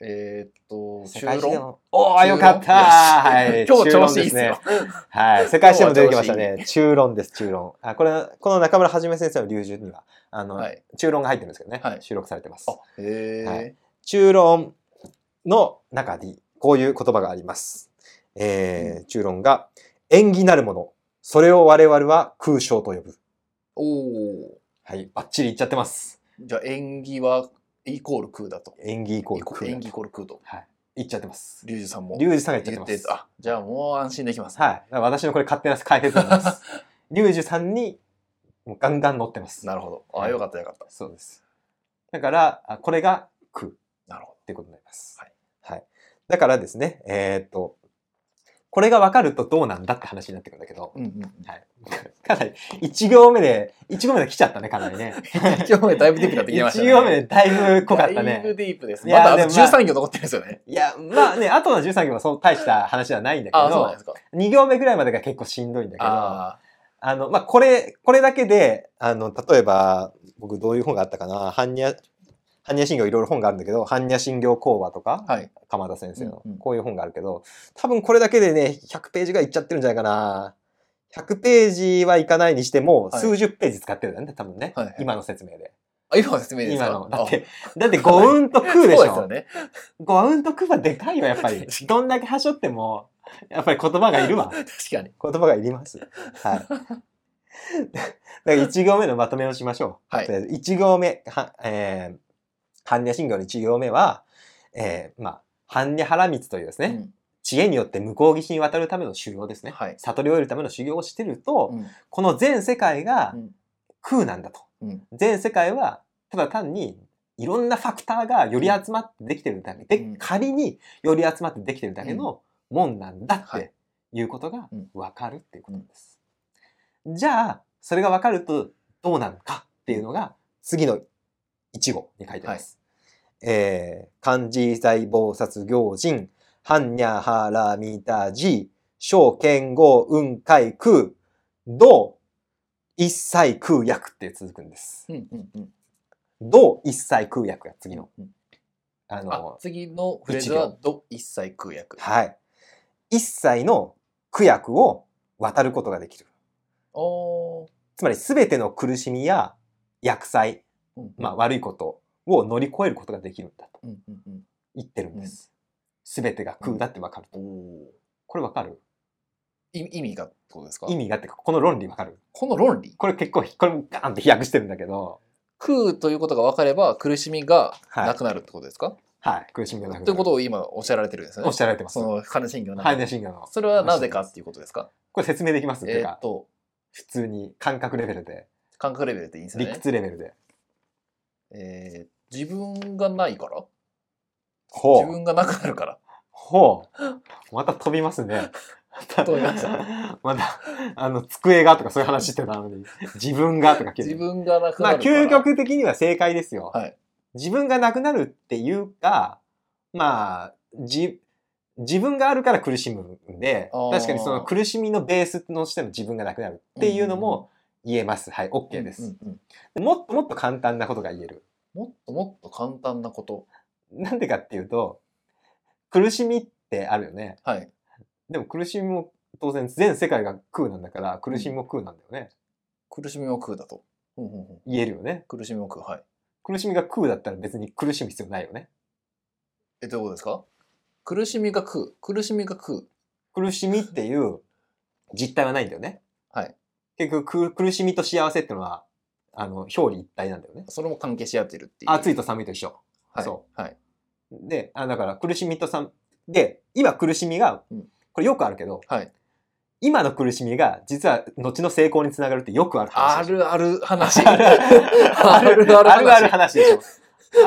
えーっと、
世
修
界史で
論。
も。おー、よかったは
よ
い。
し 今日
中論
調子いいっすよ。
はい。世界史でも出てきました
今
ね。中論です、中論。あ、これ、この中村はじめ先生の流順には、あの、
はい。
中論が入ってるんですけどね。
はい
収録されてます。
あ、へ
はい
え。
中論の中にこういう言葉があります。えー中論が縁起なるもの、それを我々は空性と呼ぶ。
おお。
はい、バッチリ言っちゃってます。
じゃあ縁起はイコール空だと。
縁起イコール空だ
縁起イコール空と。
はい、言っちゃってます。
リュウジさんも
リ
言
ュウジさんが言っちゃ
っ
ってます。
て
は
た。じゃあもう安心できます。
い、だから私のこれ勝手な解説なんです。リュウジさんにもうガンガン乗ってます。
なるほど。
は
あ、
い
よかったよかった。
そうです。だから、あこれが空。
なるほ
ってことになります。
はい。
だからですね、えーっと、これが分かるとどうなんだって話になってくるんだけど
ど。、うんうん。
はい。かなり、1行目で、1行目で来ちゃったね、かなりね。
一行目だいぶディープになってきまし
1
たね。
行目でだいぶ濃かった
だいぶ
ね。
ディープです。
い
ま
や
だあと
でもまあ
13行残ってるんですよね。
いや、まあね、あとの13行はそう大した話ではないんだけ
あ、そうなん
ど
で、すか。
2行目ぐらいまでが結構しんどいんだけど、あ
あ
の、まあ、これ、これだけで、あの、例えば、僕どういう本があったかな、般若、般若心経いろいろ本があるんだけど、般若心経講話とか、
あ。はい。
鎌田先生の
うんうん
こういう本があるけど、多分これだけでね100ページぐらいいっちゃってるんじゃないかな100ページはいかないにしても
はい
数十ページ使ってるんだね多分ね、
はいはい
今の説明で
あ、今の説明ですか
今の。だ
あ
って、だって5運と空でし
そうですよ
ょ。
ね。
5運と空はでかいよ、やっ ぱり。どんだけ端折っても、やっぱり言葉がいるわ。
確かに。
言葉がいります。はい。 だから1行目のまとめをしましょう。
はい
とりあえず一行目、は、えー、般若心経の1行目は、えー、まあ、般若原光というですね、
うん
知恵によって向こう岸に渡るための修行ですね。
はい
悟りを得るための修行をしてると、
うん
この全世界が
うん
空なんだと。
うん
全世界は、ただ単に、いろんなファクターがより集まってできてるだけで、
うん
仮により集まってできてるだけのもんなんだっ
は
て
い
いうことが
うん
わかるっていうことです。じゃあ、それがわかるとどうなのかっていうのが、次の1号に書いてます。えー、漢字財宝殺行人、般若波羅蜜多寺、小剣豪雲海空、道、一切空薬って続くんです。
うんうんうん
道一切空薬が次の。
うん
あ
あ
の、
次のフレーズは、ど一切空訳。
はい。一切の苦薬を渡ることができる。
おー
つまり全ての苦しみや薬剤、
うん
まあ悪いことを乗り越えることができるんだと
うんうんうん
言ってるんです。全てが空だってわかると。
おー
これわかる
い意味がってことですか
意味があってか、この論理わかる
この論理
これ結構、これもガーンって飛躍してるんだけど、
空ということが分かれば苦しみが
はい
なくなるってことですか、
はい、苦しみがなくなる
ということを今おっしゃられてるんですね。
おっしゃられてます。
その神信教の
ハイ
中
ネ
で。
シンガーの。
それはなぜかっていうことですか
これ説明できますってい
え
う
ー
か
っ、と、
普通に感覚レベルで、
感覚レベルでいいんですよ
理
ね。
屈レベルで。
えー自分がないから
ほ
自
う。
分がなくなるから。
ほ う。また飛びますね。また
飛びまし
また、あの、机がとかそういう話してたのに、自分がとか聞いて
自分がなく
ま
な
あ、
るから。
究極的には正解ですよ。
はい
自分がなくなるっていうか、まあ、じ、自分があるから苦しむんで
あ、ー
確かにその苦しみのベースとしての自分がなくなるっていうのも言えます。はい、OK です、
うんうんうん
もっともっと簡単なことが言える。
もっともっと簡単なこと。
なんでかっていうと、苦しみってあるよね。
はい。
でも苦しみも当然全世界が空なんだから、苦しみも空なんだよね。
苦しみを空だと。うんうんうん
言えるよね。
苦しみを空。はい。
苦しみが空だったら別に苦しむ必要ないよね。
え、どういうことですか苦しみが空。苦しみが空。
苦しみっていう実態はないんだよね。
はい。
結局、く苦しみと幸せってのは、あの、表裏一体なんだよね。
それも関係し合ってるっていう。
暑いと寒いと一緒。
はい。
そ
はい。
で、あだから苦しみとさん、で、今苦しみが
うん、
これよくあるけど、
はい。
今の苦しみが実は後の成功につながるってよくある話
あ
でしょ。
るある 話。
ある
あるある話
あ るある話でしょ。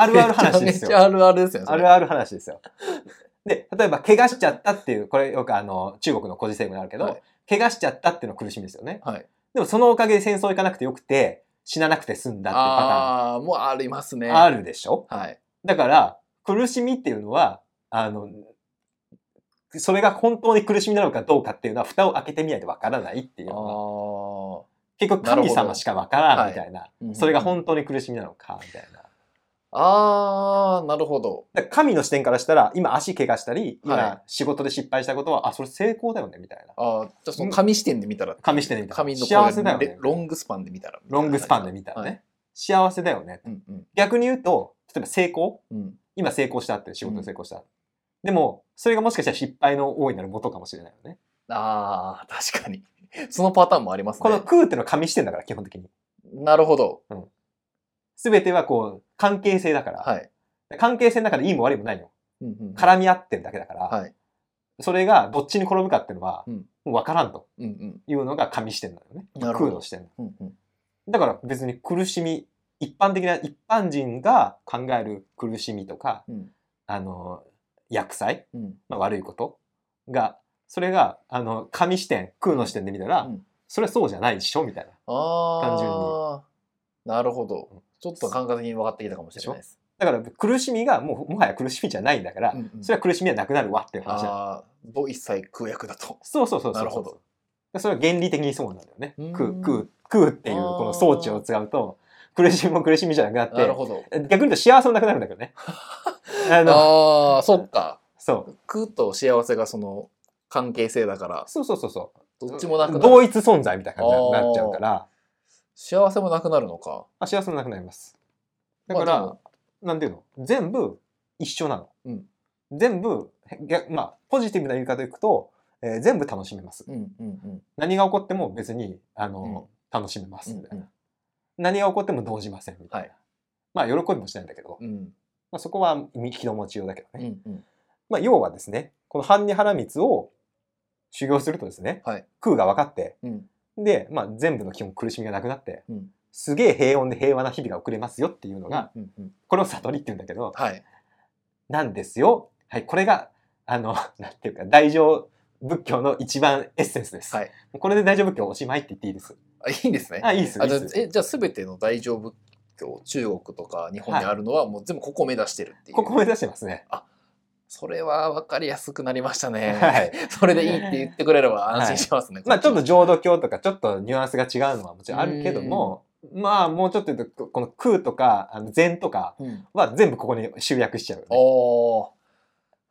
あるある話です
めちゃめちゃ
よ。
あるあるですよね。
あるある話ですよ。で、例えば、怪我しちゃったっていう、これよくあの、中国の個人成語にあるけど、
はい
怪我しちゃったっていうの苦しみですよね。
はい。
でもそのおかげで戦争行かなくてよくて、死ななくて済んだっていうパ
ああー、もうありますね。
ターンあるでしょ
はい。
だから、苦しみっていうのは、あの、それが本当に苦しみなのかどうかっていうのは、蓋を開けてみないとわからないっていう
あ
のが、
あ。
結局神様しかわからんみたいな、
はい
それが本当に苦しみなのか、みたいな。
あー、なるほど。
だから神の視点からしたら、今足怪我したり、
はい
今仕事で失敗したことは、あ、それ成功だよね、みたいな。
あーじゃあその紙視点で見たら。
神視点で見たら
紙の
幸せだよね
こうロングスパンで見たら。
ロングスパンで見たらね。
はい
幸せだよね。
うんうん
逆に言うと、例えば成功
うん。
今成功したっていう仕事で成功した。でも、それがもしかしたら失敗の大いなる元かもしれないよね。
あー、確かに。 そのパターンもあります
この
ね。
空ってのは紙視点だから、基本的に。
なるほど。
すべてはこう、関係性だから。
はい。
関係性の中でいいも悪いもないよ。
うんうん
絡み合ってるだけだから。
はい。
それがどっちに転ぶかっていうのは、
うん
もう分からんと
うん
いうのが紙視点なのね。
なるほ
空
ど
の視点。
うんうんうん。
だから別に苦しみ、一般的な、一般人が考える苦しみとか、
うん
あの、薬剤、
うん。
まあ、悪いことが、それが、あの、紙視点、空の視点で見たら、
うん
それはそうじゃないでしょみたいな。
あー。
単純
なるほど。ちょっと感覚的に分かってきたかもしれないです。
だから苦しみがもうもはや苦しみじゃないんだから、
うんうん
それは苦しみはなくなるわっていう話だ。
あー、ど一切空訳だ と。
そうそうそうそう。
なるほど。
それは原理的にそうなんだよね
うー。ん
空、空、空っていうこの装置を使うと、苦しみも苦しみじゃなくなって、
なるほど。
逆に言うと幸せもなくなるんだ けどね。あの、
あー、そっか。
そう。
空と幸せがその関係性だから、
そうそうそうそ
どっ
う。
ちもなくなる。
同一存在みたいな感じになっちゃうから、
幸せもなくなるのか。
あ幸せもなくなります。だか
まあ
ら、
でも
なんていうの全部一緒なの。
うん
全部、逆まあ、ポジティブな言い方でいくと、えー全部楽しめます。
うんうんうん
何が起こっても別に、あの、楽しめます、みた
う
い
ん
な。何が起こっても動じません、みたいな。まあ、喜びもしないんだけど、
うん
まあ、そこは見気の持ちようだけど
う
ね。
んうん
まあ、要はですね、この半に腹蜜を修行するとですね、
はい
空が分かって、
うん
で、まあ、全部の基本苦しみがなくなって、
うん
すげえ平穏で平和な日々が送れますよっていうのが、
うんうん
これを悟りって言うんだけど、
はい
なんですよ。はい、これが、あの、 なんていうか、大乗仏教の一番エッセンスです。
はい
これで大乗仏教おしまいって言っていいです。
あいいんですね
あ、いいです。い
あ
い
じゃ
で
あ
す
えじゃあ全ての大乗仏教中国とか日本にあるのはもう全部ここを目指してるっていう、
ここ目指してますね。
それは分かりやすくなりましたね、
はい、
それでいいって言ってくれれば安心しますね、
まあちょっと
と
浄土教とかちょっとニュアンスが違うのはもちろんあるけども、まあもうちょっと言うと、この空とか、あの禅とか
うん、
は全部ここに集約しちゃうよね、
おー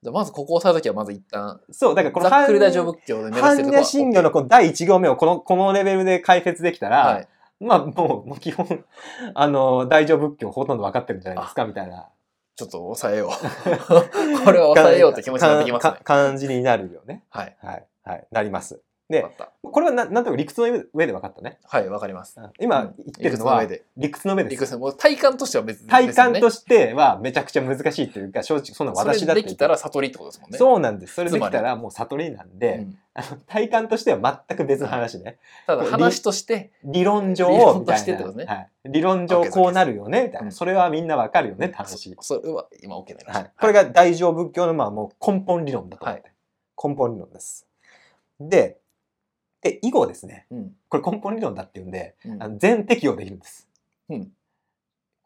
じゃあまずここを押さえときはまず一旦
そう、だからこの
ざっくり大乗
般
仏教で目指してるとこ
若心経のこの第1行目をこの、このレベルで解説できたら、
はい、
まあもう、もう基本、 あの、大乗仏教ほとんど分かってるんじゃないですか、みたいな。
ちょっと抑えよう これは抑えようって気持ちになってきますね
かか感じになるよね。
はい
はい。はい。なります。
分
で
か、った
これはななんとなく理屈の上で分かったね。
はいわかりますう
今
ん
言ってるの
理屈の上
は
で
理屈の上で
理
す。
屈もう体感としては別
体感と
して
してはめちゃくちゃ難しいというか、正直そんな私
私
だ
だ
って
できたら悟りってことですもんね
そうなんです。それで
つま
き
り
たらもう悟りなん
う
で、
ん
あの体感としては全く別の話ね。
ただ話として
理論上
理論
みた
として
い
ってこ
な、
とね
はい、理論上こうなるよねみたい
うん
な。それはみんなわかるよねって話。
そそれは今 OK になりま
は
した
い、これが大乗仏教のまあもう根本理論だと思って、根本理論です。でで以後ですね
うん
これ根本理論だっていうんで
うん
あの全適用できるんです。
うん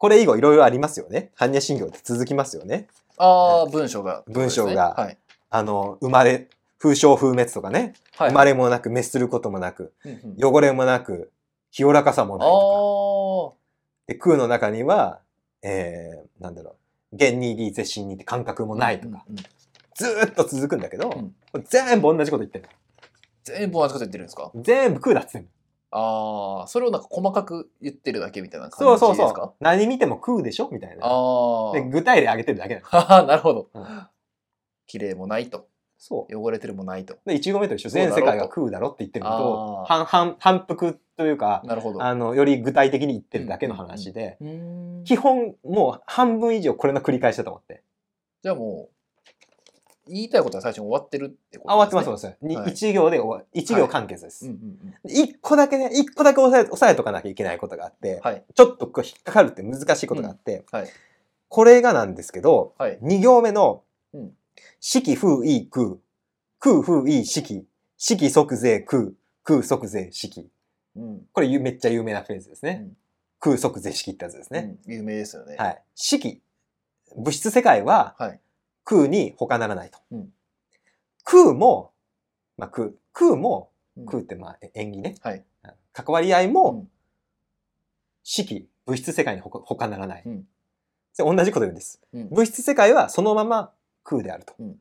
これ以後いろいろありますよね。般若心経って続きますよね。
ああ、文章が、
文章が
はい。
あの生まれ風潮風滅とかね、
はい。
生まれもなく滅することもなく
うんうん
汚れもなく清らかさも
あ
ないとかで
ー
空の中には、えー、なんだろう現に理絶心にって感覚もないとか、
うんうん
ずーっと続くんだけど、
うん
これ全部同じこと言ってる
全部同じこと言ってるんですか
全部空だっつってんの
ああ、それをなんか細かく言ってるだけみたいな感
そう
じ
そう
ですか
そう。何見ても空でしょみたいな。
あ
で、具体例上げてるだけなの。
あ。ははなるほど
うん。
綺麗もないと。
そう。
汚れてるもないと。
で、1号目と一緒。
そう
全
だろう
世界が空だろって言ってるの
あ
と
ー、
反、反、反復というか、
なるほど。
あの、より具体的に言ってるだけの話で、
うーん
基本、もう半分以上これの繰り返しだと思って。
じゃあもう、言いたいことは最初に終わってるってこと
あ、終わってます、終
ね
わってます。に1
はい
行で終わ、一行完結です。
うんうん
一個だけね、一個だけ押さえ、押さえとかなきゃいけないことがあって
うん。、はい。
ちょっとこう引っかかるって難しいことがあって、
うんはい
これがなんですけど、
はい。
2行目の
うん、
四季風い空、空風い四季、四季即税空、空即税四季。
うん。
これゆめっちゃ有名なフレーズですね。
うん
空即税四季ってやつですね。
うん有名ですよね。
はい。四季。物質世界は
はい。
空に他ならないと。
うん
空も、まあ空、空も、
うん
空ってまあえ縁起ね。
はい
関わり合いうも
ん、
四季、物質世界に他他ならない。
うん
それ同じこと言うんです。
うん
物質世界はそのまま空であると、
うん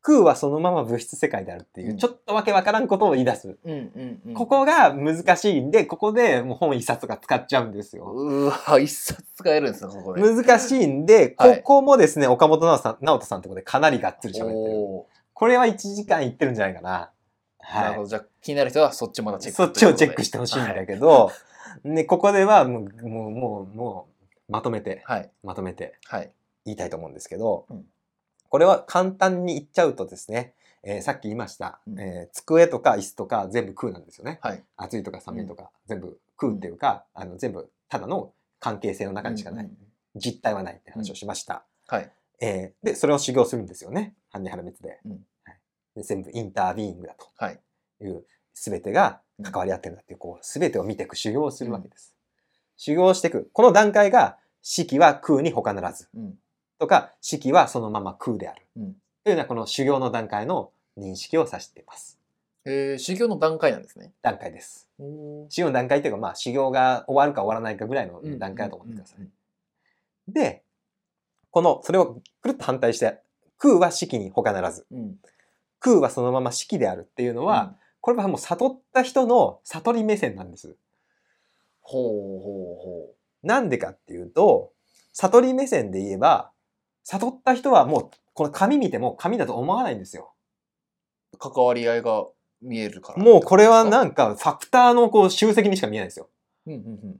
空はそのまま物質世界であるっていう、
うん
ちょっとわけわからんことを言い出す、
うんうんうん。
ここが難しいんでここでもう本一冊が使っちゃうんですよ、
うわ、一冊使えるんですね、ここで。
難しいんで、
はい
ここもですね岡本直人さん直人さんのところでかなりがっつり喋ってる
お
これは1時間いってるんじゃないかな
ーなるほ
は
ど。じゃあ、気になる人はそっちまだ
い
チェック
そっちをチェックしてほしいんだけど、ね、ここではもうもうもうもうまとめて
はい。
まとめて
はい。
言いたいと思うんですけど、
うん
これは簡単に言っちゃうとですね、えーさっき言いました、
うん
えー机とか椅子とか全部空なんですよね
はい。
暑いとか寒いとか、全部空っていうか、あの全部ただの関係性の中にしかない、
うん。
実体はないって話をしました、
はい。
えーでそれを修行するんですよね半に腹滅で,、
うん
はい、で全部インタービーイングだと
はい。
いう全てが関わり合ってるんだっていうこう全てを見ていく修行をするわけです、修行していくこの段階が四季は空に他ならず
うん。
とか、四季はそのまま空である。
うん
というのはこの修行の段階の認識を指しています。
えー、修行の段階なんですね。
段階です。
お
修行の段階というか、まあ修行が終わるか終わらないかぐらいの段階だと思ってください。
い。
で、この、それをくるっと反対して、空は四季に他ならず、
うん。
空はそのまま四季であるっていうのは、
うん、
これはもう悟った人の悟り目線なんです。
ほうほうほ
なんでかっていうと、悟り目線で言えば、悟った人はもう、この紙見ても紙だと思わないんですよ。
関わり合いが見えるから。
もうこれは
な
なんか、ファクターのこう集積にしか見えないんですよ。
うんうんうん。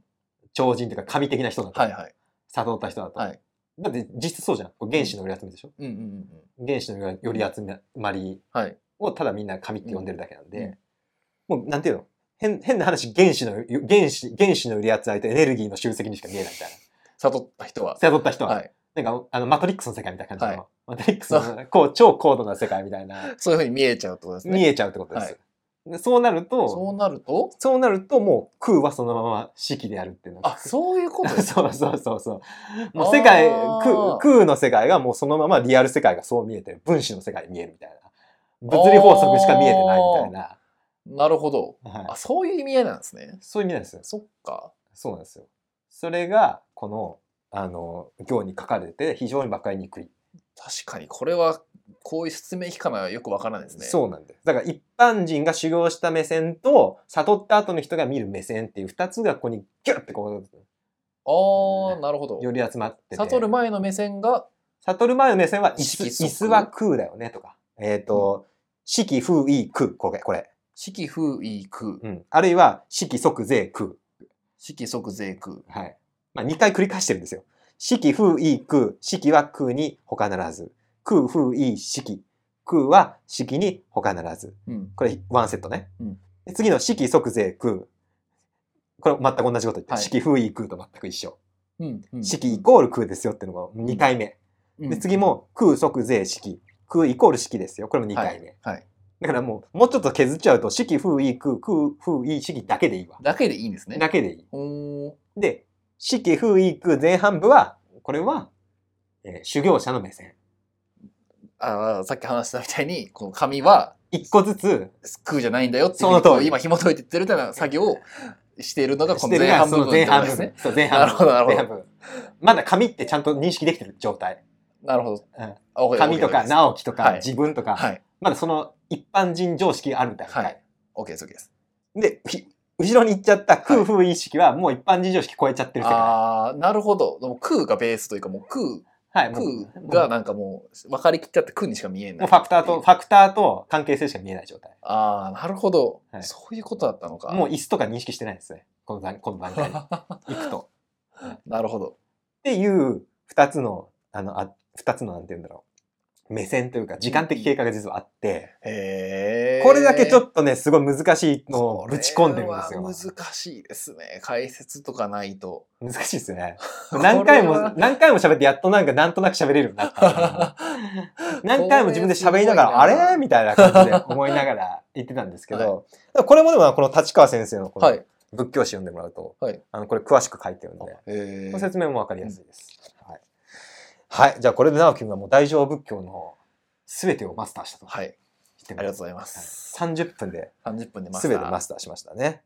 超人というか神的な人だと。
はいはい。
悟った人だと。
はい
だって実質そうじゃん。こう原子の寄り集めでしょ、
うんうんうんうん。
原子の寄り集まり
はい。
をただみんな紙って呼んでるだけなんで、
うん
もうなんていうの変、変な話、原子の、原子、原子の寄り集まりとエネルギーの集積にしか見えないみたいな。
悟った人は。
悟った人は。
はい。
なんか、あの、マトリックスの世界みたいな感じの、
は
マトリックスの、こう、超高度な世界みたいな、
そういうふうに見えちゃうってことですね。
見
え
えちゃうってことです。でそうなると
そ
そう
なると、
うなると、もう、空はそのまま式であるっていうのが
あ、そういうこと です。
そうそうそうそう。もう世界、
あ
空、
ー
空の世界がもうそのままリアル世界がそう見えてる。分子の世界に見えるみたいな。物理法則しか見えてないみたいな。
なるほど。
は
あ、
い、
そういう意味合いなんですね。
そういう意味なんですよ。
そっか。
そうなんですよ。それが、この、あの、行に書かれて非常に分かりにくい。
確かに、これは、こういう説明機かはよくわからないですね。
そうなんです。だから一般人が修行した目線と、悟った後の人が見る目線っていう二つがここにギュッてこ
ああ、なるほど
う、。寄り集まってて。
悟る前の目線が、
悟る前の目線は椅子、
色即
椅子は空だよねとか。えっ、と、四季風意空、これ、これ。
色風意空、
うん。あるいは、四季即税空。
色即税空。
はい。まあ、2回繰り返してるんですよ。四季風意空、四季は空に他ならず。空風意四季。空は四季に他ならず。
うん。
これ、ワンセットね。
うん
で次の四季即税空。これ、全く同じこと言って。
はい
四季風意空と全く一緒。
うん。うん
四季イコール空ですよっていうのが2回目。
うん
で、次も空即税式。空イコール式ですよ。これも2回目。
はい。
だからもう、もうちょっと削っちゃうと、式風意空、空風意式だけでいいわ。
だけでいいんですね。
だけでいい。
おー
で、式風意空前半部は、これは、えー修行者の目線。
あーさっき話したみたいに、この紙は
一個ずつ、
空じゃないんだよっていう
その通り
こう今紐解いてってるみたいな作業をしているのがこ
し
の
てる
前
が
半部
その
分
前
ってこ
半
と
部
ですね。
分。そう、前半部分。
なるほどなるほど
前半部分まだ紙ってちゃんと認識できてる状態。
なるほど
うん。
あ OK
紙と
OK
か、
です
直樹と
はい
か、自分と
は
か、
い。
まだその一般人常識がある段
は
階
い。。OK です OK です。
で、ひ後ろに行っちゃった空風意識はもう一般人常識超えちゃってる世界。
ああ、なるほど。でも空がベースというか、もう空、
はい、もう
空がなんかもう分かりきっちゃって空にしか見えな
も
い。
うファクターと、フ。ァクターと関係性しか見えない状態。
ああ、なるほど、
はい
そういうことだったのか。
もう椅子とか認識してないですね。この段この段階に行くと。
なるほど。
っていう二つの、あの、あ二つのなんて言うんだろう。目線というか、時間的経過が実はあって、
へえ。
これだけちょ
と
っとね、すごい難しいのをぶち込んでるんですよ。
難しいですね。解説とかないと。
難しいですね。何回
これ
も
は、
何回も喋って、やっとなんかなんとなく喋れるようにな った。何回も自分で喋りなが
こ
ら、あ
れすごいな
れみたいな感じで思いながら言ってたんですけど、これもでもこの立川先生のこの
はい。
仏教史読んでもらうと、
はい
あのこれ詳しく書いてるんで、こ
へ
の
ー
説明もわかりやすいです。はい、はい、じゃあこれで直樹君はもう大乗仏教の全てをマスターしたと
はい。
言って
ありがとう
う
ございま
ご
す。
30分で
30分でマスタ
全
ー。
てマスターしましたね。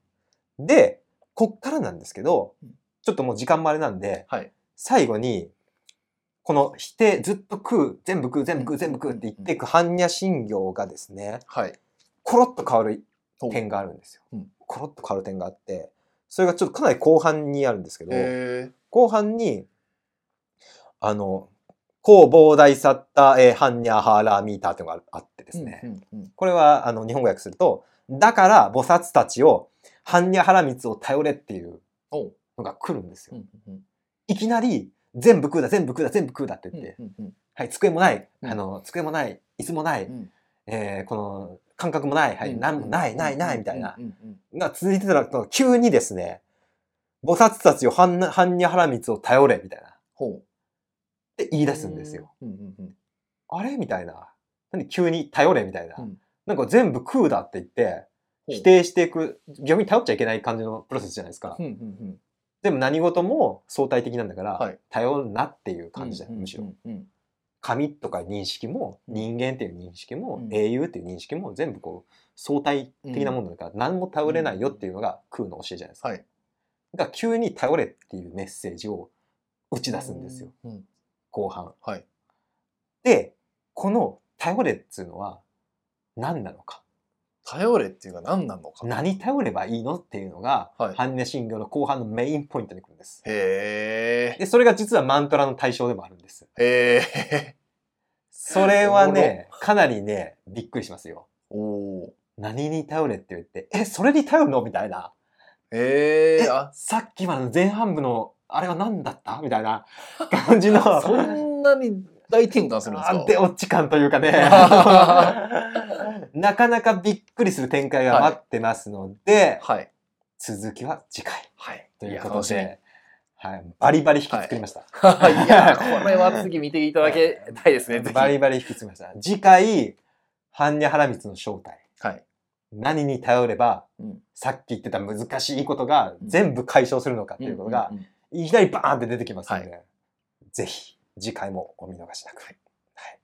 で、こっからなんですけど
うん、
ちょっともう時間もあれなんで、
はい。
最後に、この否定、ずっと食う、全部食う、全部食う、全部食うって言っていく般若心経がですね、
はい。
コロッと変わる
ほう
点があるんです
う
よ
ん。
コロッと変わる点があって、それがちょっとかなり後半にあるんですけど、
へ
後半に、あの、弘法大サッタ、えー、般若ハラミータっていうのがあってで
ー
すね、
うんうんうん
これはあの日本語訳すると、だから菩薩たちを般若ハラミツを頼れっていう
おう
のが来るんです
う
よ。
んうん
いきなり、全部食うだ、全部食うだ、全部食うだって
う
言
ん
って、
うんうん
はい、机もない、
うん
あの、机もない、椅子もない、
うん
えーこの、感覚もない、はい、なんもない、ない、ない、みたいな
う、んうん
が続いてたら、急にですね、菩薩たちを般若般若原光を頼れ、みたいな、っ
ほう。
て言い出すんですよ。
うんうんうん。
あれみたいな。何急に頼れ、みたいな。
うん
なんか全部空だって言って、
ほう
否定していく、逆に頼っちゃいけない感じのプロセスじゃないですか。
うんうんうん。
でも何事も相対的なんだから、
はい
頼るなっていう感じだよ、むしろ。
うんうんうん。
神とか認識も
うん
人間っていう認識も、
うん
英雄っていう認識も全部こう相対的なものだから、何も頼れないよっていうのが空の教えじゃないですか。
はい。
が急に頼れっていうメッセージを打ち出すんですよ、
うん。うん。
後半。
はい。
でこの頼れっつうのは何なのか
頼れっていうか何なのか。
何頼ればいいのっていうのが、
はい
般若心経の後半のメインポイントに来るんです。
へ
で、それが実はマントラの対象でもあるんです。
え。へえ。
それはね、かなりね、びっくりしますよ。
おお。
何に頼れって言って、え、それに頼るのみたいな。
へ
え
え。あ、
さっきまでの前半部の、あれは何だったみたい な感じの、
そんなに大転換するん
な
ですか
んでオチ感というかね、 なかなかびっくりする展開が待ってますので、
はい。
続きは次回
はい。
と
い
いう
や、
こと
楽しみ。
で、はい、バリバリ引き作りました。
いや、これは次見ていただけたいですね。ぜひ
バリバリ引き継ぎました。次回、般若原光の正体。
はい。
何に頼れば、
うん
さっき言ってた難しいことが全部解消するのかっていうことが、
うんうんうん
いきなりバーンって出てきますので、ぜひ次回もお見逃しなく。はい